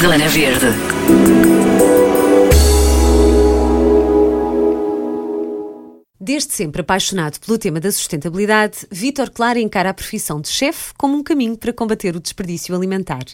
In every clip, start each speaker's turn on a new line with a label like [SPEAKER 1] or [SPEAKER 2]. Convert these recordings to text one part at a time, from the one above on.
[SPEAKER 1] Zona Verde.
[SPEAKER 2] Desde sempre apaixonado pelo tema da sustentabilidade, Vítor Claro encara a profissão de chefe como um caminho para combater o desperdício alimentar.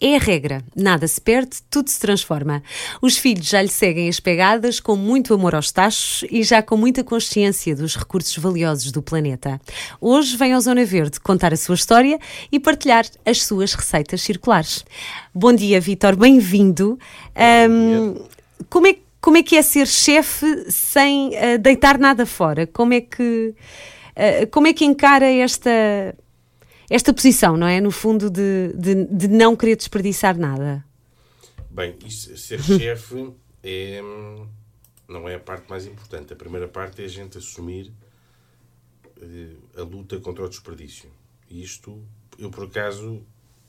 [SPEAKER 2] É a regra, nada se perde, tudo se transforma. Os filhos já lhe seguem as pegadas com muito amor aos tachos e já com muita consciência dos recursos valiosos do planeta. Hoje vem ao Zona Verde contar a sua história e partilhar as suas receitas circulares. Bom dia, Vítor, bem-vindo. Ahm, como é que como é que é ser chefe sem ah, deitar nada fora? Como é que ah, como é que encara esta esta posição, não é? No fundo de, de, de não querer desperdiçar nada.
[SPEAKER 3] Bem, isso- ser chefe é, hum, não é a parte mais importante. A primeira parte é a gente assumir eh, a luta contra o desperdício. E isto, eu por acaso,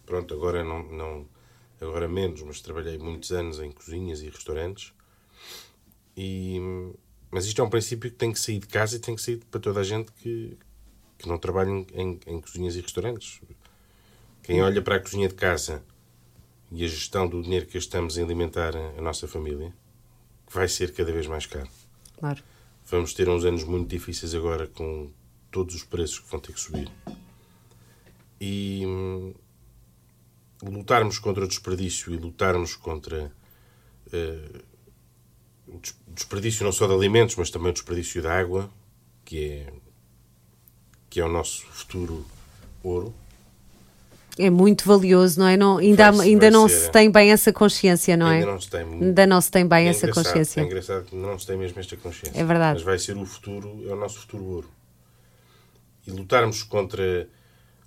[SPEAKER 3] pronto, agora não, não agora menos, mas trabalhei muitos anos em cozinhas e restaurantes. E, hum, mas isto é um princípio que tem que sair de casa e tem que sair para toda a gente que, que não trabalha em- em- em cozinhas e restaurantes. Quem olha para a cozinha de casa e a gestão do dinheiro que gastamos em alimentar a a nossa família, que vai ser cada vez mais caro.
[SPEAKER 2] Claro.
[SPEAKER 3] Vamos ter uns anos muito difíceis agora com todos os preços que vão ter que subir. E hum, lutarmos contra o desperdício e lutarmos contra eh, o des- desperdício não só de alimentos, mas também o desperdício da água, que é, que é o nosso futuro ouro.
[SPEAKER 2] É muito valioso, não é? Não, ainda
[SPEAKER 3] Vai-
[SPEAKER 2] ainda
[SPEAKER 3] vai
[SPEAKER 2] não
[SPEAKER 3] ser. é.
[SPEAKER 2] se tem bem essa consciência, não
[SPEAKER 3] Ainda
[SPEAKER 2] é?
[SPEAKER 3] não se tem muito.
[SPEAKER 2] Ainda não se tem bem
[SPEAKER 3] É
[SPEAKER 2] essa
[SPEAKER 3] engraçado, É
[SPEAKER 2] consciência.
[SPEAKER 3] engraçado que não se tem mesmo esta consciência.
[SPEAKER 2] É verdade.
[SPEAKER 3] Mas vai ser o futuro, é o nosso futuro ouro. E lutarmos contra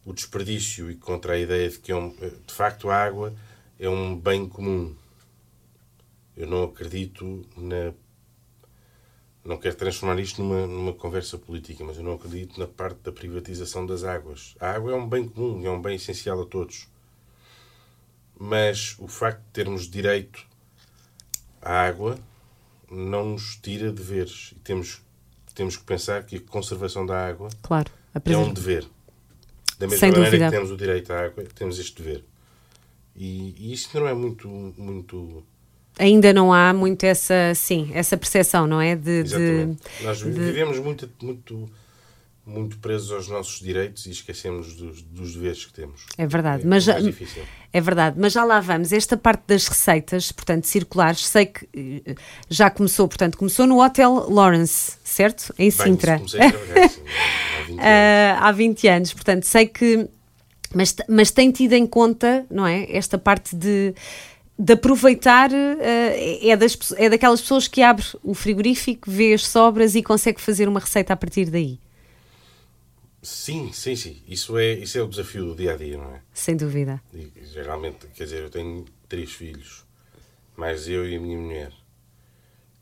[SPEAKER 3] o desperdício e contra a ideia de que, é um, de facto, a água é um bem comum. Eu não acredito na. Não quero transformar isto numa, numa conversa política, mas eu não acredito na parte da privatização das águas. A água é um bem comum, e é um bem essencial a todos. Mas o facto de termos direito a água não nos tira deveres. E temos, temos que pensar que a conservação da água
[SPEAKER 2] Claro. A
[SPEAKER 3] é
[SPEAKER 2] preser-
[SPEAKER 3] um dever. Da mesma
[SPEAKER 2] Sem
[SPEAKER 3] maneira
[SPEAKER 2] dúvida.
[SPEAKER 3] que temos o direito à água, temos este dever. E, e isso não é muito. muito
[SPEAKER 2] Ainda não há muito essa, sim, essa percepção, não é? De, de-
[SPEAKER 3] exatamente. Nós vi- vivemos muito, muito, muito presos aos nossos direitos e esquecemos dos, dos deveres que temos.
[SPEAKER 2] É verdade,
[SPEAKER 3] É
[SPEAKER 2] mas já-
[SPEAKER 3] mais difícil.
[SPEAKER 2] é verdade, mas já lá vamos. Esta parte das receitas, portanto, circulares, sei que eh, já começou, portanto, começou no Hotel Lawrence, certo? Em
[SPEAKER 3] Bem,
[SPEAKER 2] Sintra.
[SPEAKER 3] comecei a trabalhar assim, há 20 anos.
[SPEAKER 2] Ah, há 20 anos, portanto, sei que. Mas, te- mas tem tido em conta, não é? Esta parte de, de aproveitar eh, é, das, pesso- é daquelas pessoas que abre o frigorífico, vê as sobras e consegue fazer uma receita a partir daí,
[SPEAKER 3] Sim, sim, sim. Isso é, isso é o desafio do dia a dia, não é?
[SPEAKER 2] sem dúvida.
[SPEAKER 3] E, Geralmente, quer dizer, eu tenho três filhos, mais eu e a minha mulher.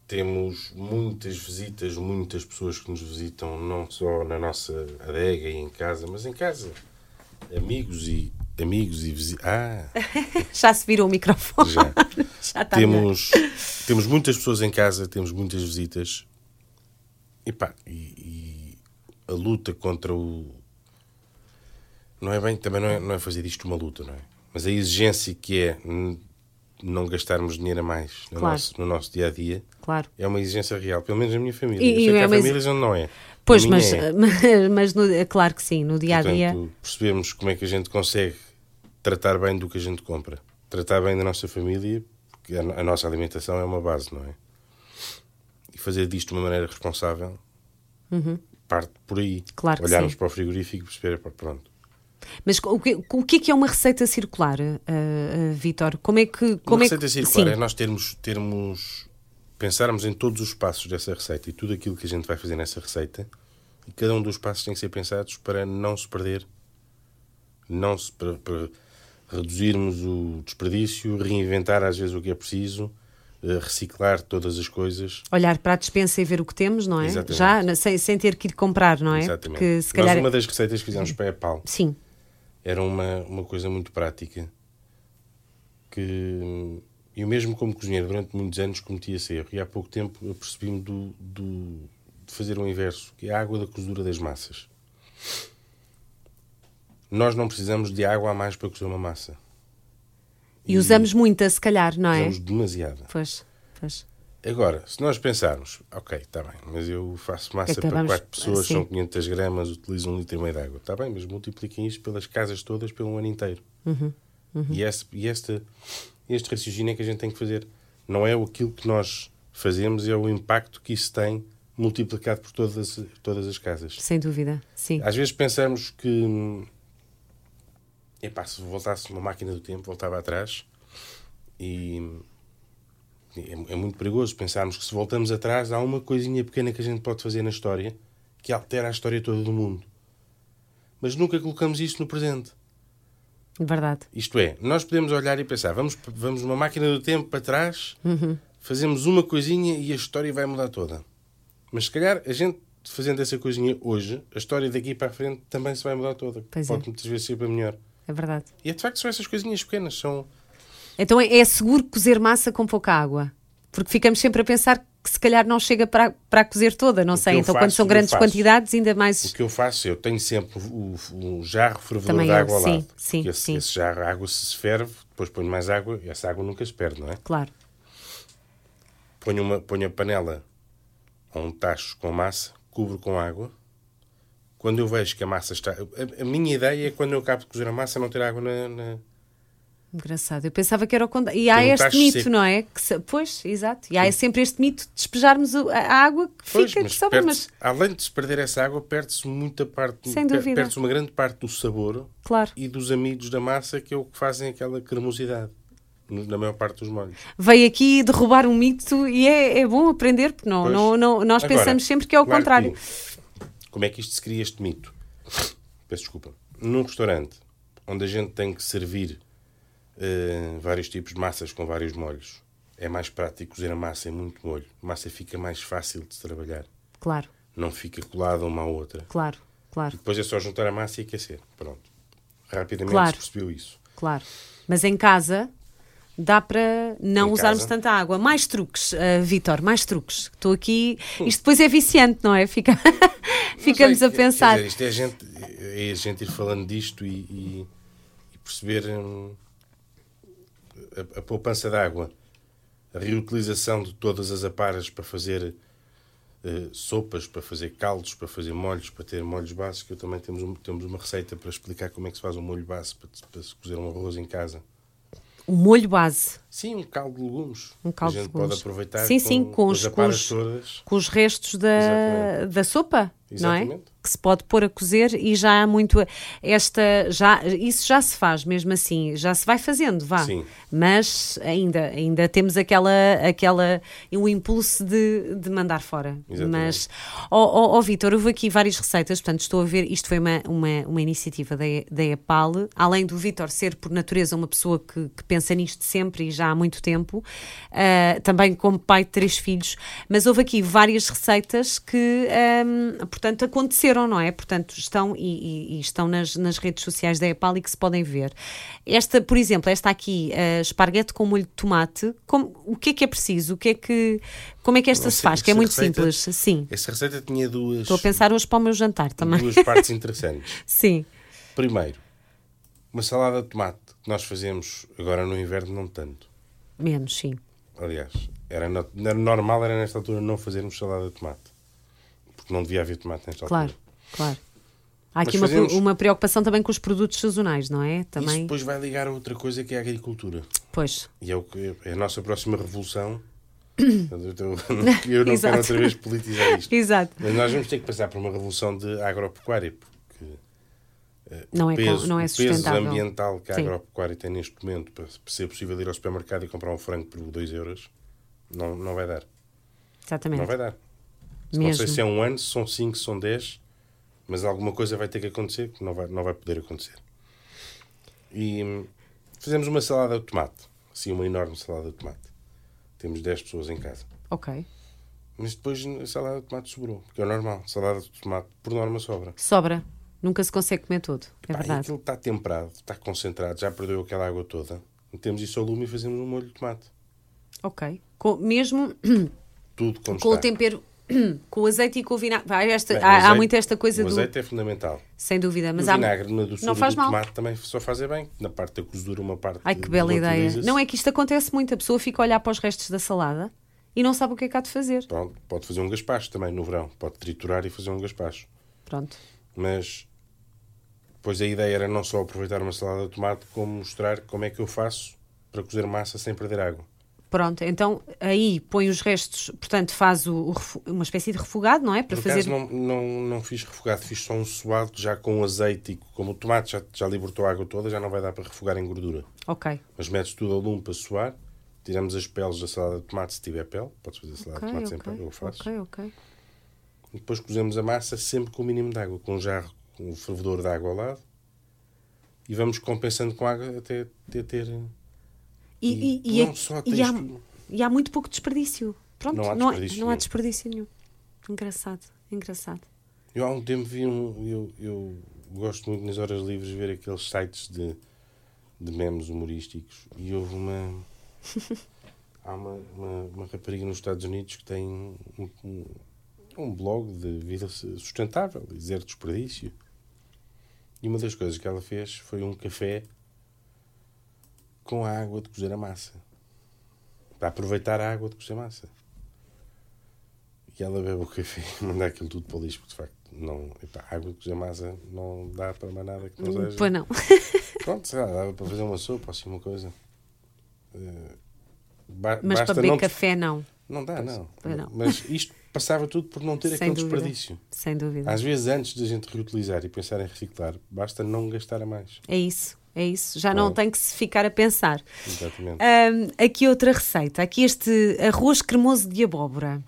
[SPEAKER 3] Temos muitas visitas, muitas pessoas que nos visitam, não só na nossa adega e em casa, mas em casa. Amigos e amigos e visitas. Ah,
[SPEAKER 2] Já se virou o microfone.
[SPEAKER 3] Já.
[SPEAKER 2] Já está melhor.
[SPEAKER 3] temos, temos muitas pessoas em casa, temos muitas visitas. E pá, e, e a luta contra o. Não é bem, também não é, não é fazer disto uma luta, não é? Mas a exigência que é n- não gastarmos dinheiro a mais no,
[SPEAKER 2] Claro.
[SPEAKER 3] nosso, no nosso dia a dia
[SPEAKER 2] Claro.
[SPEAKER 3] é uma exigência real, pelo menos na minha família.
[SPEAKER 2] E-
[SPEAKER 3] Eu sei
[SPEAKER 2] e
[SPEAKER 3] que
[SPEAKER 2] é
[SPEAKER 3] há
[SPEAKER 2] uma exi-
[SPEAKER 3] famílias onde não é.
[SPEAKER 2] Pois,
[SPEAKER 3] A minha
[SPEAKER 2] mas,
[SPEAKER 3] é.
[SPEAKER 2] mas, no- é claro que sim, no dia a dia.
[SPEAKER 3] Portanto, percebemos como é que a gente consegue tratar bem do que a gente compra, tratar bem da nossa família, porque a, no- a nossa alimentação é uma base, não é? E fazer disto de uma maneira responsável parte por aí.
[SPEAKER 2] Uhum. Claro que
[SPEAKER 3] Olharmos
[SPEAKER 2] sim.
[SPEAKER 3] para o frigorífico e perceber, pá, pronto.
[SPEAKER 2] Mas o que, o que é que é uma receita circular, ah, ah, Vítor? Como é que. Como
[SPEAKER 3] uma
[SPEAKER 2] é que-
[SPEAKER 3] receita circular é
[SPEAKER 2] Sim,
[SPEAKER 3] nós termos, termos, pensarmos em todos os passos dessa receita e tudo aquilo que a gente vai fazer nessa receita e cada um dos passos tem que ser pensados para não se perder, não se para, para reduzirmos o desperdício, reinventar às vezes o que é preciso, eh, reciclar todas as coisas.
[SPEAKER 2] olhar para a despensa e ver o que temos, não é?
[SPEAKER 3] Exatamente.
[SPEAKER 2] Já, na- sem, sem ter que ir comprar, não é?
[SPEAKER 3] Exatamente.
[SPEAKER 2] Porque se calhar.
[SPEAKER 3] Nós uma das receitas que fizemos para a Epal
[SPEAKER 2] Sim,
[SPEAKER 3] era uma, uma coisa muito prática que eu mesmo como cozinheiro durante muitos anos cometi esse erro e há pouco tempo eu percebi-me do, do- de fazer o inverso, que é a água da cozedura das massas. Nós não precisamos de água a mais para cozer uma massa.
[SPEAKER 2] E, usamos muita, se calhar, não é?
[SPEAKER 3] Usamos demasiado.
[SPEAKER 2] Pois, pois.
[SPEAKER 3] Agora, se nós pensarmos, ok, está bem, mas eu faço massa
[SPEAKER 2] Então
[SPEAKER 3] para
[SPEAKER 2] vamos-
[SPEAKER 3] quatro pessoas,
[SPEAKER 2] sim.
[SPEAKER 3] são 500 gramas, utilizo um litro e meio de água. Está bem, mas multipliquem isto pelas casas todas pelo ano inteiro.
[SPEAKER 2] Uhum,
[SPEAKER 3] E, esse, e este, este raciocínio é que a gente tem que fazer. Não é o aquilo que nós fazemos, é o impacto que isso tem multiplicado por todas, todas as casas.
[SPEAKER 2] Sem dúvida, sim.
[SPEAKER 3] Às vezes pensamos que. hum, Epá, se voltasse uma máquina do tempo, voltava atrás. E. hum, É, é muito perigoso pensarmos que se voltamos atrás, há uma coisinha pequena que a gente pode fazer na história que altera a história toda do mundo. Mas nunca colocamos isso no presente.
[SPEAKER 2] Verdade.
[SPEAKER 3] Isto é, nós podemos olhar e pensar, vamos, vamos uma máquina do tempo para trás, fazemos uma coisinha e a história vai mudar toda. Mas se calhar a gente fazendo essa coisinha hoje, a história daqui para a frente também se vai mudar toda.
[SPEAKER 2] Pois é.
[SPEAKER 3] Pode muitas vezes ser para melhor.
[SPEAKER 2] É verdade.
[SPEAKER 3] E de facto são essas coisinhas pequenas, são
[SPEAKER 2] Então é, é seguro cozer massa com pouca água? Porque ficamos sempre a pensar que se calhar não chega para, para a cozer toda, não
[SPEAKER 3] O
[SPEAKER 2] sei.
[SPEAKER 3] que eu
[SPEAKER 2] Então quando
[SPEAKER 3] faço,
[SPEAKER 2] são
[SPEAKER 3] o que eu
[SPEAKER 2] grandes
[SPEAKER 3] faço.
[SPEAKER 2] quantidades, ainda mais.
[SPEAKER 3] o que eu faço, eu tenho sempre o, o- o jarro fervedor
[SPEAKER 2] Também
[SPEAKER 3] de
[SPEAKER 2] eu,
[SPEAKER 3] água ao
[SPEAKER 2] sim,
[SPEAKER 3] lado.
[SPEAKER 2] sim,
[SPEAKER 3] Porque esse,
[SPEAKER 2] sim.
[SPEAKER 3] esse jarro, a água se ferve, depois ponho mais água e essa água nunca se perde, não é?
[SPEAKER 2] Claro.
[SPEAKER 3] ponho, uma, ponho a panela a um tacho com massa, cubro com água. Quando eu vejo que a massa está. A, a minha ideia é quando eu acabo de cozer a massa não ter água na. na-
[SPEAKER 2] Engraçado. Eu pensava que era o contrário. E há
[SPEAKER 3] Tem um
[SPEAKER 2] este
[SPEAKER 3] tacho
[SPEAKER 2] mito,
[SPEAKER 3] seco.
[SPEAKER 2] não é? Que se- Pois, exato. E há sempre este mito de despejarmos o- a a água que
[SPEAKER 3] Pois,
[SPEAKER 2] fica, que
[SPEAKER 3] mas
[SPEAKER 2] sobra,
[SPEAKER 3] perde-se-
[SPEAKER 2] mas.
[SPEAKER 3] Além de se perder essa água, perde-se muita parte.
[SPEAKER 2] Sem
[SPEAKER 3] per-
[SPEAKER 2] dúvida.
[SPEAKER 3] Perde-se uma grande parte do sabor
[SPEAKER 2] Claro.
[SPEAKER 3] e dos amidos da massa que é o que fazem aquela cremosidade. no- Na maior parte dos molhos.
[SPEAKER 2] Veio aqui derrubar um mito e é, é bom aprender, porque não,
[SPEAKER 3] Pois.
[SPEAKER 2] não, não, nós
[SPEAKER 3] Agora,
[SPEAKER 2] pensamos sempre que é o
[SPEAKER 3] claro
[SPEAKER 2] contrário.
[SPEAKER 3] que- como é que isto se cria este mito? Peço desculpa. Num restaurante onde a gente tem que servir eh, vários tipos de massas com vários molhos, é mais prático cozer a massa em muito molho. A massa fica mais fácil de se trabalhar.
[SPEAKER 2] Claro,
[SPEAKER 3] Não fica colada uma à outra.
[SPEAKER 2] claro, claro,
[SPEAKER 3] Depois é só juntar a massa e aquecer. Pronto. Rapidamente
[SPEAKER 2] Claro.
[SPEAKER 3] se percebeu isso.
[SPEAKER 2] claro. Mas em casa dá para não
[SPEAKER 3] Em
[SPEAKER 2] usarmos
[SPEAKER 3] casa?
[SPEAKER 2] tanta água. Mais truques, ah, Vitor, mais truques. Estou aqui. Isto depois é viciante, não é? Fica... Ficamos
[SPEAKER 3] Não sei,
[SPEAKER 2] a pensar.
[SPEAKER 3] Quer dizer, isto é a gente, é a gente ir falando disto e, e- e perceber hum, a, a poupança de água, a reutilização de todas as aparas para fazer eh, sopas, para fazer caldos, para fazer molhos, para ter molhos básicos. Eu também temos, um- temos uma receita para explicar como é que se faz um molho base para, para se cozer um arroz em casa.
[SPEAKER 2] O molho base,
[SPEAKER 3] Sim, um caldo de legumes.
[SPEAKER 2] Um caldo
[SPEAKER 3] a
[SPEAKER 2] de
[SPEAKER 3] gente
[SPEAKER 2] legumes.
[SPEAKER 3] pode aproveitar
[SPEAKER 2] Sim,
[SPEAKER 3] com,
[SPEAKER 2] sim, com
[SPEAKER 3] com
[SPEAKER 2] os-
[SPEAKER 3] as
[SPEAKER 2] com
[SPEAKER 3] aparas
[SPEAKER 2] os-
[SPEAKER 3] todas.
[SPEAKER 2] com os restos da,
[SPEAKER 3] Exatamente.
[SPEAKER 2] da sopa, não é?
[SPEAKER 3] Exatamente.
[SPEAKER 2] Que se pode pôr a cozer e já há muito a- esta já isso já se faz mesmo assim, já se vai fazendo, vá.
[SPEAKER 3] Sim.
[SPEAKER 2] Mas ainda ainda temos aquela aquela o impulso de, de mandar fora.
[SPEAKER 3] Exatamente.
[SPEAKER 2] Mas ó oh, Vitor, houve aqui várias receitas, portanto estou a ver, isto foi uma uma, uma iniciativa da, E- da EPAL, além do Vitor ser por natureza uma pessoa que, que pensa nisto sempre e já há muito tempo, ah, também como pai de três filhos, mas houve aqui várias receitas que, ahm, portanto, aconteceram, não é? Portanto, estão e, e- e estão nas, nas redes sociais da EPAL e que se podem ver. Esta, por exemplo, esta aqui, ah, esparguete com molho de tomate, como- o que é que é preciso? O que é que, como é que esta
[SPEAKER 3] Não
[SPEAKER 2] se
[SPEAKER 3] sei,
[SPEAKER 2] faz? Que é
[SPEAKER 3] essa
[SPEAKER 2] muito
[SPEAKER 3] receita-
[SPEAKER 2] simples, sim.
[SPEAKER 3] Essa receita tinha duas,
[SPEAKER 2] Estou a pensar hoje para o meu jantar também.
[SPEAKER 3] duas partes interessantes.
[SPEAKER 2] Sim,
[SPEAKER 3] Primeiro, uma salada de tomate que nós fazemos agora no inverno não tanto.
[SPEAKER 2] menos, sim.
[SPEAKER 3] Aliás, era, no- era normal era nesta altura não fazermos salada de tomate. Porque não devia haver tomate nesta
[SPEAKER 2] Claro,
[SPEAKER 3] altura.
[SPEAKER 2] claro. Há aqui
[SPEAKER 3] Mas
[SPEAKER 2] uma,
[SPEAKER 3] fazemos-
[SPEAKER 2] uma preocupação também com os produtos sazonais, não é?
[SPEAKER 3] Isso
[SPEAKER 2] Também.
[SPEAKER 3] depois vai ligar a outra coisa que é a agricultura.
[SPEAKER 2] Pois,
[SPEAKER 3] E é, o que, é a nossa próxima revolução. Eu tô- eu não
[SPEAKER 2] Exato.
[SPEAKER 3] quero outra vez politizar isto.
[SPEAKER 2] exato.
[SPEAKER 3] Mas nós vamos ter que passar por uma revolução de agropecuária, porque eh,
[SPEAKER 2] Não
[SPEAKER 3] o
[SPEAKER 2] é com-
[SPEAKER 3] peso,
[SPEAKER 2] não é
[SPEAKER 3] o peso
[SPEAKER 2] sustentável.
[SPEAKER 3] ambiental que a
[SPEAKER 2] Sim.
[SPEAKER 3] agropecuária tem neste momento para para ser possível ir ao supermercado e comprar um frango por 2 euros, não, não vai dar. Não
[SPEAKER 2] Exatamente.
[SPEAKER 3] vai dar. Não
[SPEAKER 2] Mesmo.
[SPEAKER 3] sei se é um ano, se são 5, se são 10, mas alguma coisa vai ter que acontecer que não vai, não vai poder acontecer. E hum, fizemos uma salada de tomate, assim, uma enorme salada de tomate. Temos 10 pessoas em casa.
[SPEAKER 2] Ok.
[SPEAKER 3] Mas depois a salada de tomate sobrou, porque é o normal. Salada de tomate, por norma, sobra.
[SPEAKER 2] Sobra. Nunca se consegue comer tudo. É
[SPEAKER 3] Pá, e
[SPEAKER 2] verdade.
[SPEAKER 3] aquilo está temperado, está concentrado, já perdeu aquela água toda. Metemos isso ao lume e fazemos um molho de tomate.
[SPEAKER 2] Ok. Com, mesmo
[SPEAKER 3] Tudo como
[SPEAKER 2] com o
[SPEAKER 3] está.
[SPEAKER 2] tempero com azeite e com vinagre. Vai, esta-
[SPEAKER 3] tá. Bem, o
[SPEAKER 2] há, há
[SPEAKER 3] azeite-
[SPEAKER 2] muito esta coisa
[SPEAKER 3] O
[SPEAKER 2] do.
[SPEAKER 3] azeite é fundamental.
[SPEAKER 2] Sem dúvida, mas
[SPEAKER 3] o
[SPEAKER 2] há.
[SPEAKER 3] vinagre na doçura
[SPEAKER 2] não faz
[SPEAKER 3] do
[SPEAKER 2] mal.
[SPEAKER 3] tomate também só fazem bem. Na parte da cozedura, uma parte
[SPEAKER 2] Ai que bela ideia.
[SPEAKER 3] volatiliza-se.
[SPEAKER 2] Não é que isto acontece muito. A pessoa fica a olhar para os restos da salada e não sabe o que é que há de fazer.
[SPEAKER 3] Pronto, pode fazer um gaspacho também no verão. Pode triturar e fazer um gaspacho.
[SPEAKER 2] Pronto.
[SPEAKER 3] Mas depois a ideia era não só aproveitar uma salada de tomate, como mostrar como é que eu faço para cozer massa sem perder água.
[SPEAKER 2] Pronto, então aí põe os restos, portanto faz o- o refo- uma espécie de refogado, não é? Para
[SPEAKER 3] Por
[SPEAKER 2] fazer.
[SPEAKER 3] acaso não, não, não fiz refogado, fiz só um suado já com azeite e como o tomate já, já libertou a água toda, já não vai dar para refogar em gordura.
[SPEAKER 2] Ok.
[SPEAKER 3] Mas metes tudo a lume para suar, tiramos as peles da salada de tomate, se tiver pele, podes fazer salada
[SPEAKER 2] Ok,
[SPEAKER 3] de tomate
[SPEAKER 2] ok,
[SPEAKER 3] sem pele, eu faço.
[SPEAKER 2] ok, ok.
[SPEAKER 3] E depois cozemos a massa sempre com o mínimo de água, com um jarro, com um fervedor de água ao lado. E vamos compensando com água até, até ter.
[SPEAKER 2] E, e,
[SPEAKER 3] E
[SPEAKER 2] e, é-
[SPEAKER 3] não só
[SPEAKER 2] e
[SPEAKER 3] tens
[SPEAKER 2] há,
[SPEAKER 3] tudo.
[SPEAKER 2] e há muito pouco desperdício. Pronto,
[SPEAKER 3] Não há
[SPEAKER 2] não, é-
[SPEAKER 3] desperdício
[SPEAKER 2] não há
[SPEAKER 3] nenhum.
[SPEAKER 2] desperdício nenhum. Engraçado, engraçado.
[SPEAKER 3] Eu há um tempo vi um. Eu, eu gosto muito nas horas livres ver aqueles sites de, de memes humorísticos. E houve uma. há uma, uma, uma rapariga nos Estados Unidos que tem um, um, um blog de vida sustentável e zero desperdício. E uma das coisas que ela fez foi um café com a água de cozer a massa. Para aproveitar a água de cozer a massa. E ela bebe o café e manda aquilo tudo para o lixo, porque de facto não, epá, a água de cozer massa não dá para mais nada que não seja.
[SPEAKER 2] Pois não.
[SPEAKER 3] Pronto, sei lá, dava para fazer uma sopa, assim, uma coisa. Eh, ba-
[SPEAKER 2] Mas
[SPEAKER 3] basta
[SPEAKER 2] para beber
[SPEAKER 3] não,
[SPEAKER 2] café, não.
[SPEAKER 3] não dá, não.
[SPEAKER 2] pois não.
[SPEAKER 3] Mas isto passava tudo por não ter
[SPEAKER 2] Sem
[SPEAKER 3] aquele
[SPEAKER 2] dúvida.
[SPEAKER 3] desperdício. Ah.
[SPEAKER 2] Sem dúvida.
[SPEAKER 3] Às vezes, antes de a gente reutilizar e pensar em reciclar, basta não gastar a mais.
[SPEAKER 2] É isso, é isso. Já não
[SPEAKER 3] Bom.
[SPEAKER 2] tem que se ficar a pensar.
[SPEAKER 3] Exatamente.
[SPEAKER 2] Ahm, aqui outra receita. Aqui este arroz cremoso de abóbora.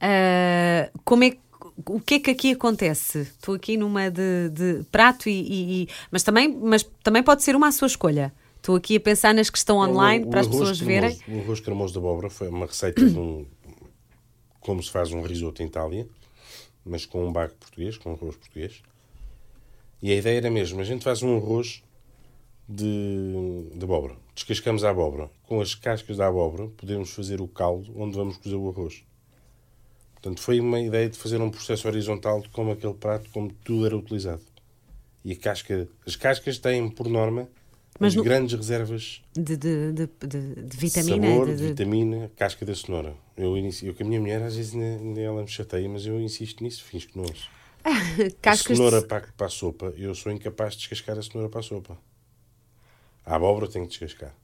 [SPEAKER 2] Ah, como é que- o que é que aqui acontece? Estou aqui numa de, de prato e, e- e- mas também mas também pode ser uma à sua escolha. Estou aqui a pensar nas que estão online
[SPEAKER 3] é O- o
[SPEAKER 2] para as
[SPEAKER 3] arroz
[SPEAKER 2] pessoas
[SPEAKER 3] cremoso-
[SPEAKER 2] verem.
[SPEAKER 3] O arroz cremoso de abóbora foi uma receita de um. como se faz um risoto em Itália, mas com um bago português, com um arroz português. E a ideia era mesmo: a gente faz um arroz de, de abóbora. Descascamos a abóbora. Com as cascas da abóbora, podemos fazer o caldo onde vamos cozer o arroz. Portanto, foi uma ideia de fazer um processo horizontal de como aquele prato, como tudo era utilizado. E a casca, as cascas têm, por norma,
[SPEAKER 2] Mas
[SPEAKER 3] as
[SPEAKER 2] no-
[SPEAKER 3] grandes reservas
[SPEAKER 2] De, de- de- de- de vitamina.
[SPEAKER 3] sabor,
[SPEAKER 2] de- de-
[SPEAKER 3] vitamina, casca da cenoura. Eu, inicio, eu com a minha mulher, às vezes ainda- ainda ela me chateia, mas eu insisto nisso, fins que não ouço.
[SPEAKER 2] cascas
[SPEAKER 3] a
[SPEAKER 2] de-
[SPEAKER 3] cenoura para, para a sopa, eu sou incapaz de descascar a cenoura para a sopa. A abóbora tem que descascar.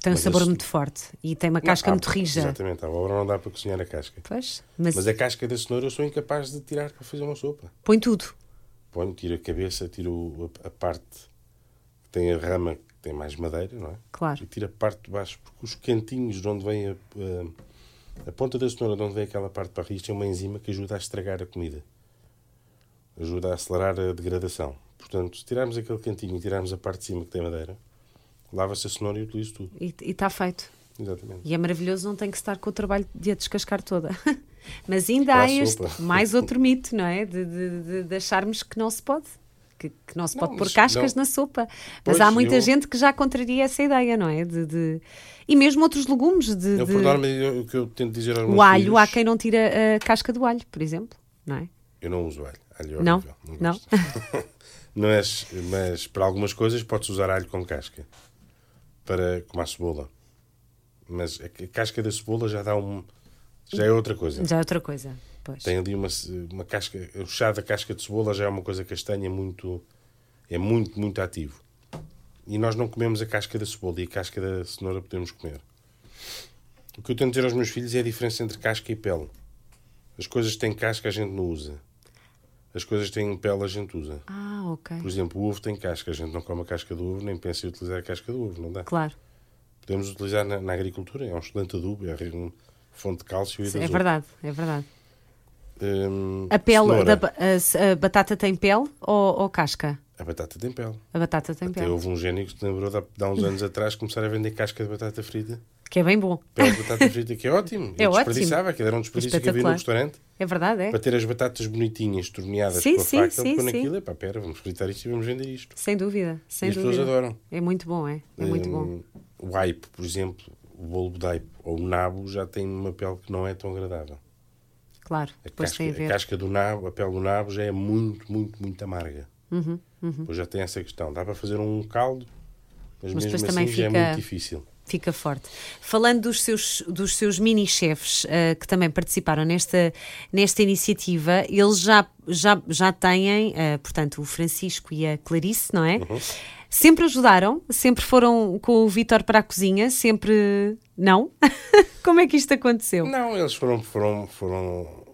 [SPEAKER 2] Tem um
[SPEAKER 3] mas
[SPEAKER 2] sabor
[SPEAKER 3] esse-
[SPEAKER 2] muito forte e tem uma casca
[SPEAKER 3] Não, a-
[SPEAKER 2] muito rija.
[SPEAKER 3] Exatamente, a abóbora não dá para cozinhar a casca.
[SPEAKER 2] Pois, mas,
[SPEAKER 3] Mas é a casca da cenoura eu sou incapaz de tirar para fazer uma sopa.
[SPEAKER 2] põe tudo.
[SPEAKER 3] Ponho, tiro a cabeça, tiro a, a parte que tem a rama, que tem mais madeira, não é?
[SPEAKER 2] Claro.
[SPEAKER 3] E tiro a parte de baixo, porque os cantinhos de onde vem a, a- a ponta da cenoura, de onde vem aquela parte para raiz, tem uma enzima que ajuda a estragar a comida. Ajuda a acelerar a degradação. Portanto, se tirarmos aquele cantinho e tirarmos a parte de cima que tem madeira, lava-se a cenoura e utilizo tudo.
[SPEAKER 2] E está feito.
[SPEAKER 3] Exatamente.
[SPEAKER 2] E é maravilhoso, não tem que estar com o trabalho de a descascar toda. Mas ainda
[SPEAKER 3] Para a
[SPEAKER 2] há este,
[SPEAKER 3] sopa.
[SPEAKER 2] mais outro mito, não é? De, de, de- de acharmos que não se pode. Que, que não se
[SPEAKER 3] Não,
[SPEAKER 2] pode pôr
[SPEAKER 3] mas
[SPEAKER 2] cascas
[SPEAKER 3] não.
[SPEAKER 2] na sopa. mas
[SPEAKER 3] Pois,
[SPEAKER 2] há muita
[SPEAKER 3] eu-
[SPEAKER 2] gente que já contraria essa ideia, não é? De, de- E mesmo outros legumes. De,
[SPEAKER 3] Eu,
[SPEAKER 2] de-
[SPEAKER 3] por norma, eu- o que eu tento dizer aos
[SPEAKER 2] O
[SPEAKER 3] meus
[SPEAKER 2] alho,
[SPEAKER 3] filhos-
[SPEAKER 2] há quem não tira a casca do alho, por exemplo, não é?
[SPEAKER 3] Eu não uso alho. Alho é
[SPEAKER 2] Não?
[SPEAKER 3] horrível.
[SPEAKER 2] Não?
[SPEAKER 3] gosto. mas, mas para algumas coisas podes usar alho com casca. Para como a cebola. Mas é a ca- casca da cebola já dá um. Já é outra coisa.
[SPEAKER 2] Já é outra coisa. Pois.
[SPEAKER 3] Tem ali uma, ce- uma casca. O chá da casca de cebola já é uma coisa castanha muito. É muito, muito ativo. E nós não comemos a casca da cebola e a casca da cenoura podemos comer. O que eu tento dizer aos meus filhos é a diferença entre casca e pele. As coisas que têm casca a gente não usa. As coisas que têm pele a gente usa.
[SPEAKER 2] Ah, ok.
[SPEAKER 3] Por exemplo, o ovo tem casca. A gente não come a casca do ovo, nem pensa em utilizar a casca do ovo. Não dá.
[SPEAKER 2] Claro.
[SPEAKER 3] Podemos utilizar na, na agricultura. É um excelente adubo. É uma fonte de cálcio e de
[SPEAKER 2] É
[SPEAKER 3] azoto.
[SPEAKER 2] verdade, é verdade.
[SPEAKER 3] Hum,
[SPEAKER 2] A pele,
[SPEAKER 3] cenoura.
[SPEAKER 2] da, ba- a, se- a batata tem pele ou, ou casca?
[SPEAKER 3] A batata tem pele.
[SPEAKER 2] A batata tem
[SPEAKER 3] Até
[SPEAKER 2] pele.
[SPEAKER 3] houve um gênio que se lembrou de há- de há uns anos atrás começar a vender casca de batata frita.
[SPEAKER 2] Que é bem bom.
[SPEAKER 3] Pele de batata frita, que é ótimo.
[SPEAKER 2] É
[SPEAKER 3] Eu
[SPEAKER 2] ótimo.
[SPEAKER 3] desperdiçava, aquilo era um desperdício que havia no
[SPEAKER 2] Espetacular.
[SPEAKER 3] restaurante.
[SPEAKER 2] É verdade, é.
[SPEAKER 3] Para ter as batatas bonitinhas, torneadas
[SPEAKER 2] Sim,
[SPEAKER 3] com a
[SPEAKER 2] sim,
[SPEAKER 3] faca,
[SPEAKER 2] sim,
[SPEAKER 3] ele pôs
[SPEAKER 2] sim.
[SPEAKER 3] naquilo. Epá, pera, vamos fritar isto e vamos vender isto.
[SPEAKER 2] Sem dúvida, sem
[SPEAKER 3] e as
[SPEAKER 2] dúvida.
[SPEAKER 3] pessoas adoram.
[SPEAKER 2] É muito bom, é. É muito bom.
[SPEAKER 3] Hum, O aipo, por exemplo, o bolo de aipo ou o nabo já tem uma pele que não é tão agradável.
[SPEAKER 2] claro.
[SPEAKER 3] A
[SPEAKER 2] Depois
[SPEAKER 3] casca,
[SPEAKER 2] tem a ver.
[SPEAKER 3] a casca do nabo, a pele do nabo já é muito, muito, muito amarga.
[SPEAKER 2] Uhum,
[SPEAKER 3] Depois já tem essa questão. Dá para fazer um caldo, mas,
[SPEAKER 2] Mas
[SPEAKER 3] mesmo
[SPEAKER 2] depois
[SPEAKER 3] assim
[SPEAKER 2] também
[SPEAKER 3] já é
[SPEAKER 2] fica-
[SPEAKER 3] muito difícil.
[SPEAKER 2] Fica forte. Falando dos seus, dos seus mini-chefes eh, que também participaram nesta, nesta iniciativa, eles já, já, já têm, eh, portanto, o Francisco e a Clarice, não é?
[SPEAKER 3] Uhum.
[SPEAKER 2] Sempre ajudaram, sempre foram com o Vítor para a cozinha, sempre. Não? Como é que isto aconteceu?
[SPEAKER 3] Não, eles foram, foram, foram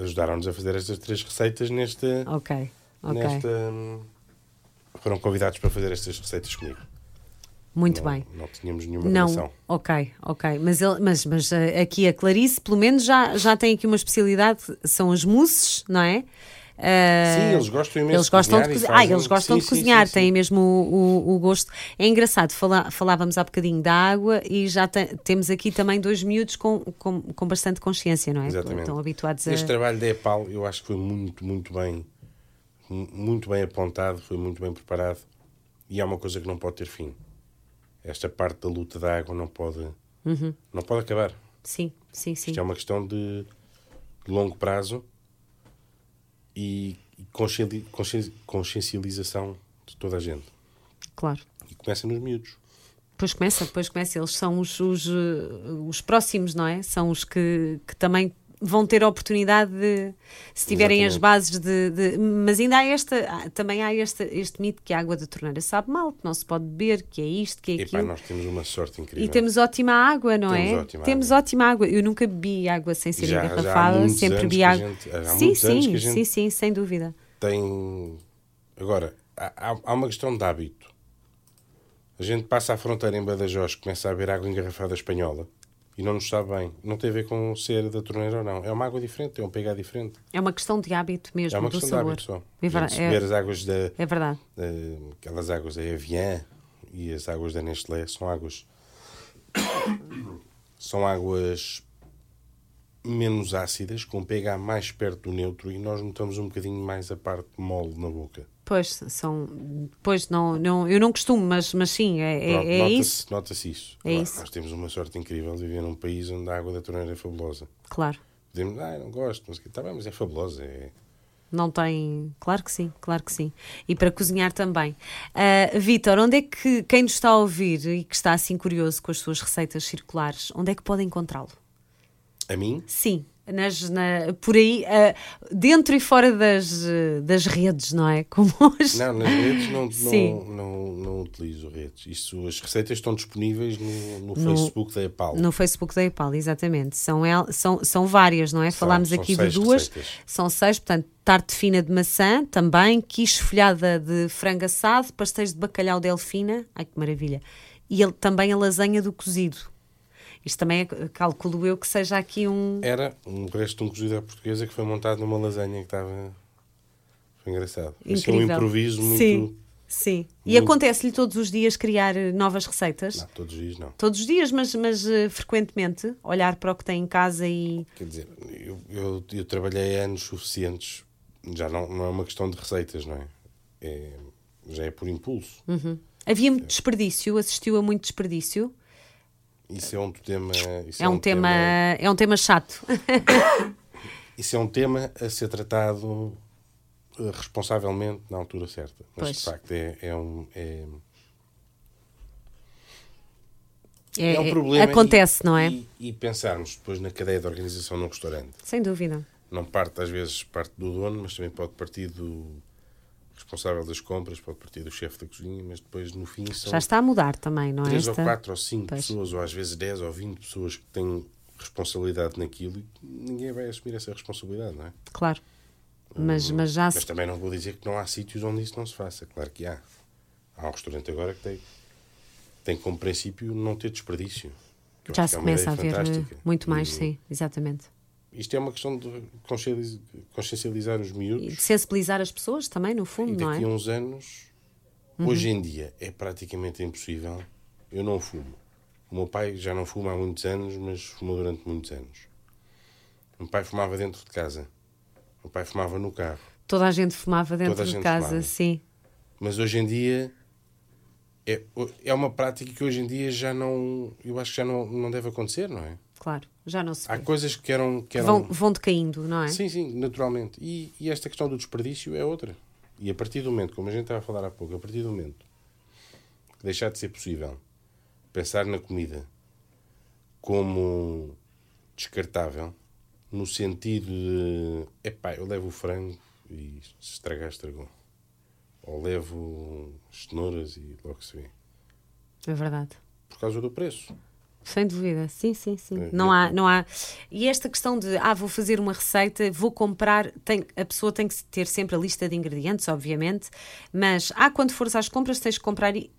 [SPEAKER 3] ajudaram-nos a fazer estas três receitas neste,
[SPEAKER 2] Ok, ok.
[SPEAKER 3] nesta. Foram convidados para fazer estas receitas comigo.
[SPEAKER 2] Muito
[SPEAKER 3] não,
[SPEAKER 2] bem.
[SPEAKER 3] Não tínhamos nenhuma
[SPEAKER 2] Não,
[SPEAKER 3] relação.
[SPEAKER 2] ok, ok. Mas, ele, mas, mas eh, aqui a Clarice, pelo menos, já, já tem aqui uma especialidade, são as mousses, não é? Eh,
[SPEAKER 3] Sim, eles gostam imenso
[SPEAKER 2] Eles
[SPEAKER 3] de
[SPEAKER 2] gostam de
[SPEAKER 3] cozinhar e
[SPEAKER 2] cozinhar. Ah,
[SPEAKER 3] fazem-
[SPEAKER 2] eles gostam
[SPEAKER 3] Sim,
[SPEAKER 2] de
[SPEAKER 3] sim,
[SPEAKER 2] cozinhar,
[SPEAKER 3] sim, sim.
[SPEAKER 2] têm mesmo o, o- o gosto. É engraçado, fala- falávamos há bocadinho da água e já te- temos aqui também dois miúdos com, com, com bastante consciência, não é?
[SPEAKER 3] Exatamente.
[SPEAKER 2] Estão habituados a.
[SPEAKER 3] Este é trabalho da EPAL eu acho que foi muito, muito bem mu- muito bem apontado, foi muito bem preparado e é uma coisa que não pode ter fim. Esta parte da luta da água não pode,
[SPEAKER 2] Uhum.
[SPEAKER 3] não pode acabar.
[SPEAKER 2] Sim, sim, sim.
[SPEAKER 3] Isto é uma questão de de longo prazo e e consciendi- conscien- consciencialização de toda a gente.
[SPEAKER 2] Claro.
[SPEAKER 3] E começa nos miúdos.
[SPEAKER 2] Depois começa, depois começa. Eles são os, os, eh, os próximos, não é? São os que, que também vão ter a oportunidade de, se tiverem as
[SPEAKER 3] Exatamente.
[SPEAKER 2] bases de, de- Mas ainda há esta, há- também há esta, este mito que a água da torneira sabe mal, que não se pode beber, que é isto, que é
[SPEAKER 3] Epá,
[SPEAKER 2] aquilo.
[SPEAKER 3] nós temos uma sorte incrível.
[SPEAKER 2] E temos ótima água, não
[SPEAKER 3] Temos
[SPEAKER 2] é?
[SPEAKER 3] ótima
[SPEAKER 2] temos ótima água. Eu nunca bebi água sem ser
[SPEAKER 3] Já- já há
[SPEAKER 2] engarrafada,
[SPEAKER 3] muitos
[SPEAKER 2] sempre
[SPEAKER 3] anos
[SPEAKER 2] bebi
[SPEAKER 3] que a
[SPEAKER 2] água.
[SPEAKER 3] gente- já há
[SPEAKER 2] sim,
[SPEAKER 3] muitos anos
[SPEAKER 2] sim,
[SPEAKER 3] que a gente-
[SPEAKER 2] sim, sim, sem dúvida.
[SPEAKER 3] tem. Agora, há, há- há uma questão de hábito. A gente passa a fronteira em Badajoz, começa a beber água engarrafada espanhola e não nos sabe bem. Não tem a ver com ser da torneira ou não. É uma água diferente, é um pH diferente.
[SPEAKER 2] É uma questão de hábito mesmo,
[SPEAKER 3] É uma
[SPEAKER 2] do
[SPEAKER 3] questão de
[SPEAKER 2] sabor.
[SPEAKER 3] hábito só.
[SPEAKER 2] É
[SPEAKER 3] A
[SPEAKER 2] ver-
[SPEAKER 3] gente, se beber
[SPEAKER 2] é-
[SPEAKER 3] as águas da.
[SPEAKER 2] é verdade.
[SPEAKER 3] da- Ehm, aquelas águas da Evian e as águas da Nestlé são águas. são águas menos ácidas, com pH mais perto do neutro e nós notamos um bocadinho mais a parte mole na boca.
[SPEAKER 2] Pois, são. Pois, não, não, eu não costumo, mas, mas sim, é, é-
[SPEAKER 3] Pronto,
[SPEAKER 2] é
[SPEAKER 3] nota-se-
[SPEAKER 2] isso.
[SPEAKER 3] Nota-se isso.
[SPEAKER 2] É
[SPEAKER 3] Agora,
[SPEAKER 2] isso.
[SPEAKER 3] Nós temos uma sorte incrível de viver num país onde a água da torneira é fabulosa.
[SPEAKER 2] Claro.
[SPEAKER 3] Podemos, ah, eu não gosto, mas está bem, mas é fabulosa. É...
[SPEAKER 2] Não tem. Claro que sim, claro que sim. E para cozinhar também. Ah, Vítor, onde é que quem nos está a ouvir e que está assim curioso com as suas receitas circulares, onde é que pode encontrá-lo?
[SPEAKER 3] A mim,
[SPEAKER 2] Sim, nas, na- por aí, ah, dentro e fora das, eh, das redes, não é? Como hoje.
[SPEAKER 3] não, nas redes não,
[SPEAKER 2] Sim.
[SPEAKER 3] não, não, não utilizo redes. Isso, as receitas estão disponíveis no, no Facebook da EPAL.
[SPEAKER 2] No Facebook da EPAL, exatamente. São, el- são, são várias, não é? Falámos
[SPEAKER 3] são
[SPEAKER 2] aqui de
[SPEAKER 3] seis
[SPEAKER 2] duas.
[SPEAKER 3] receitas.
[SPEAKER 2] São seis, portanto, tarte fina de maçã também, quiche folhada de frango assado, pastéis de bacalhau delfina. Ai, que maravilha. E ele, também a lasanha do cozido. Isto também é- calculo eu que seja aqui um...
[SPEAKER 3] Era um resto de um cozido à portuguesa que foi montado numa lasanha que estava. Foi engraçado. Isso é um
[SPEAKER 2] Incrível.
[SPEAKER 3] improviso muito.
[SPEAKER 2] Sim, sim. E
[SPEAKER 3] muito-
[SPEAKER 2] acontece-lhe todos os dias criar eh, novas receitas?
[SPEAKER 3] Não, todos os dias não.
[SPEAKER 2] Todos os dias, mas, mas eh, frequentemente, olhar para o que tem em casa e...
[SPEAKER 3] Quer dizer, eu, eu, eu trabalhei anos suficientes, já não, não é uma questão de receitas, não é? É- já é por impulso.
[SPEAKER 2] Hum. Havia muito desperdício, assistiu a muito desperdício.
[SPEAKER 3] Isso é um tema. Isso
[SPEAKER 2] É um, tema, é um tema chato.
[SPEAKER 3] Isso é um tema a ser tratado eh, responsavelmente na altura certa. Mas
[SPEAKER 2] Pois.
[SPEAKER 3] de facto é, é um. É,
[SPEAKER 2] É,
[SPEAKER 3] é um
[SPEAKER 2] é-
[SPEAKER 3] problema.
[SPEAKER 2] acontece,
[SPEAKER 3] e-
[SPEAKER 2] não é?
[SPEAKER 3] E, e pensarmos depois na cadeia de organização num restaurante.
[SPEAKER 2] Sem dúvida.
[SPEAKER 3] Não parte, às vezes, parte do dono, mas também pode partir do responsável das compras, pode partir do chefe da cozinha, mas depois no fim são
[SPEAKER 2] Já está a mudar também, não é?
[SPEAKER 3] três ou
[SPEAKER 2] Esta-
[SPEAKER 3] quatro ou cinco
[SPEAKER 2] Pois.
[SPEAKER 3] pessoas, ou às vezes 10 ou 20 pessoas que têm responsabilidade naquilo e ninguém vai assumir essa responsabilidade, não é?
[SPEAKER 2] Claro. Mas, mas já
[SPEAKER 3] Um, Mas
[SPEAKER 2] se...
[SPEAKER 3] também não vou dizer que não há sítios onde isso não se faça, claro que há. Há um restaurante agora que tem, tem como princípio não ter desperdício. que eu
[SPEAKER 2] já
[SPEAKER 3] acho
[SPEAKER 2] se
[SPEAKER 3] que é uma ideia
[SPEAKER 2] começa a ver eh,
[SPEAKER 3] fantástica.
[SPEAKER 2] muito mais,
[SPEAKER 3] E
[SPEAKER 2] sim, exatamente.
[SPEAKER 3] Isto é uma questão de conscientiz- consciencializar os
[SPEAKER 2] E
[SPEAKER 3] miúdos
[SPEAKER 2] de sensibilizar as pessoas também, no
[SPEAKER 3] e
[SPEAKER 2] fundo, não é? Uhum.
[SPEAKER 3] daqui um- a uns anos, hoje em dia, é praticamente impossível. Eu não fumo. O meu pai já não fuma há muitos anos, mas fumou durante muitos anos. O meu pai fumava dentro de casa. O meu pai fumava no carro.
[SPEAKER 2] Toda a gente fumava dentro
[SPEAKER 3] Toda a
[SPEAKER 2] de
[SPEAKER 3] gente
[SPEAKER 2] casa,
[SPEAKER 3] fumava.
[SPEAKER 2] sim.
[SPEAKER 3] Mas hoje em dia é, é uma prática que hoje em dia já não. Eu acho que já não, não deve acontecer, não é?
[SPEAKER 2] claro. Já não se
[SPEAKER 3] Há
[SPEAKER 2] vê.
[SPEAKER 3] coisas que eram. Que eram...
[SPEAKER 2] Vão, vão decaindo, não é?
[SPEAKER 3] Sim, sim, naturalmente. E, e esta questão do desperdício é outra. E a partir do momento, como a gente estava a falar há pouco, a partir do momento que deixar de ser possível pensar na comida como descartável, no sentido de epá, eu levo o frango e se estragar, estragou. Ou levo cenouras e logo se vê.
[SPEAKER 2] É verdade.
[SPEAKER 3] Por causa do preço.
[SPEAKER 2] Sem dúvida, sim, sim, sim.
[SPEAKER 3] É,
[SPEAKER 2] Não
[SPEAKER 3] eu-
[SPEAKER 2] há, não há. E esta questão de, ah, vou fazer uma receita, vou comprar, tem, a pessoa tem que ter sempre a lista de ingredientes, obviamente, mas, ah, quando fores às compras, tens de comprar e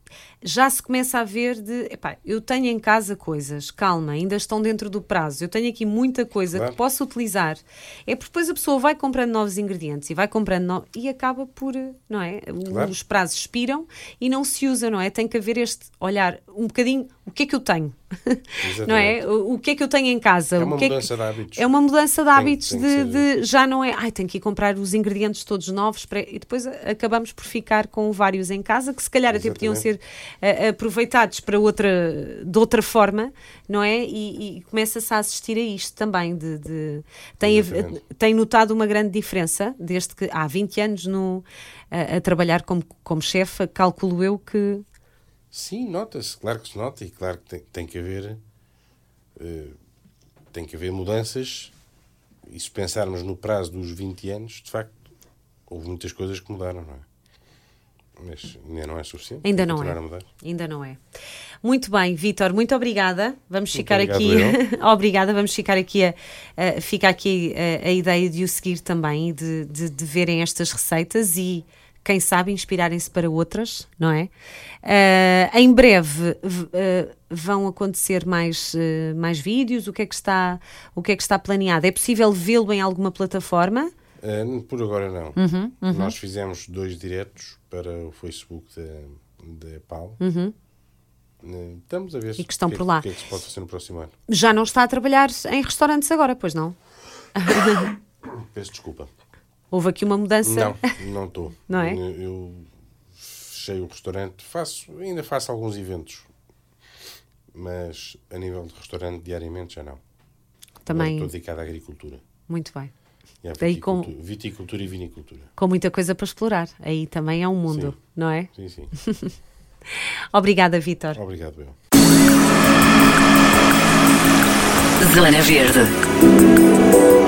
[SPEAKER 2] já se começa a ver de, epá, eu tenho em casa coisas, calma, ainda estão dentro do prazo, eu tenho aqui muita coisa
[SPEAKER 3] Claro.
[SPEAKER 2] que posso utilizar. É porque depois a pessoa vai comprando novos ingredientes e vai comprando no... e acaba por, eh, não é? O-
[SPEAKER 3] Claro.
[SPEAKER 2] Os prazos expiram e não se usa, não é? Tem que haver este olhar um bocadinho, o que é que eu tenho? não é? O, o que é que eu tenho em casa?
[SPEAKER 3] É uma
[SPEAKER 2] o que
[SPEAKER 3] mudança
[SPEAKER 2] é que...
[SPEAKER 3] de hábitos.
[SPEAKER 2] É uma mudança de
[SPEAKER 3] Tem-
[SPEAKER 2] hábitos
[SPEAKER 3] tem que
[SPEAKER 2] de,
[SPEAKER 3] ser-
[SPEAKER 2] de- já não é, ai, tenho que ir comprar os ingredientes todos novos para- e depois a- acabamos por ficar com vários em casa que se calhar até podiam ser
[SPEAKER 3] Exatamente.
[SPEAKER 2] eh, aproveitados para outra de outra forma, não é? E, e começa-se a assistir a isto também de, de- tem, a-
[SPEAKER 3] Exatamente.
[SPEAKER 2] tem notado uma grande diferença desde que há 20 anos no a, a trabalhar como como chefe, calculo eu que
[SPEAKER 3] Sim, nota-se, claro que se nota e claro que tem, tem que haver eh, tem que haver mudanças e se pensarmos no prazo dos 20 anos, de facto, houve muitas coisas que mudaram, não é? Mas ainda não é suficiente. tem
[SPEAKER 2] Ainda
[SPEAKER 3] que
[SPEAKER 2] não
[SPEAKER 3] continuar
[SPEAKER 2] é.
[SPEAKER 3] A mudar.
[SPEAKER 2] Ainda não é. Muito bem, Vítor, muito obrigada. Vamos ficar
[SPEAKER 3] obrigado
[SPEAKER 2] aqui. obrigada, vamos ficar aqui a, a- fica aqui a, a ideia de o seguir também e de, de, de verem estas receitas e quem sabe inspirarem-se para outras, não é? Eh, em breve v- eh, vão acontecer mais, eh, mais vídeos. O que é que está o que é que está planeado? É possível vê-lo em alguma plataforma?
[SPEAKER 3] Eh, por agora não.
[SPEAKER 2] Uhum,
[SPEAKER 3] Nós fizemos dois diretos para o Facebook da, da PAL. Eh, Estamos a ver se-
[SPEAKER 2] Uhum. que estão
[SPEAKER 3] o que é
[SPEAKER 2] por lá.
[SPEAKER 3] O que é que se pode fazer no próximo ano?
[SPEAKER 2] Já não está a trabalhar em restaurantes agora, pois não?
[SPEAKER 3] Peço desculpa.
[SPEAKER 2] Houve aqui uma mudança.
[SPEAKER 3] Não, não estou.
[SPEAKER 2] Não é?
[SPEAKER 3] Eu fechei o restaurante, faço, ainda faço alguns eventos, mas a nível de restaurante diariamente já não. Agora
[SPEAKER 2] Também
[SPEAKER 3] Estou dedicado à agricultura.
[SPEAKER 2] muito bem.
[SPEAKER 3] E à
[SPEAKER 2] Daí com-
[SPEAKER 3] viticultura, viticultura e vinicultura.
[SPEAKER 2] com muita coisa para explorar. Aí também é um mundo,
[SPEAKER 3] Sim.
[SPEAKER 2] não é?
[SPEAKER 3] Sim, sim.
[SPEAKER 2] Obrigada, Vítor.
[SPEAKER 3] Obrigado, eu.
[SPEAKER 1] Zona Verde.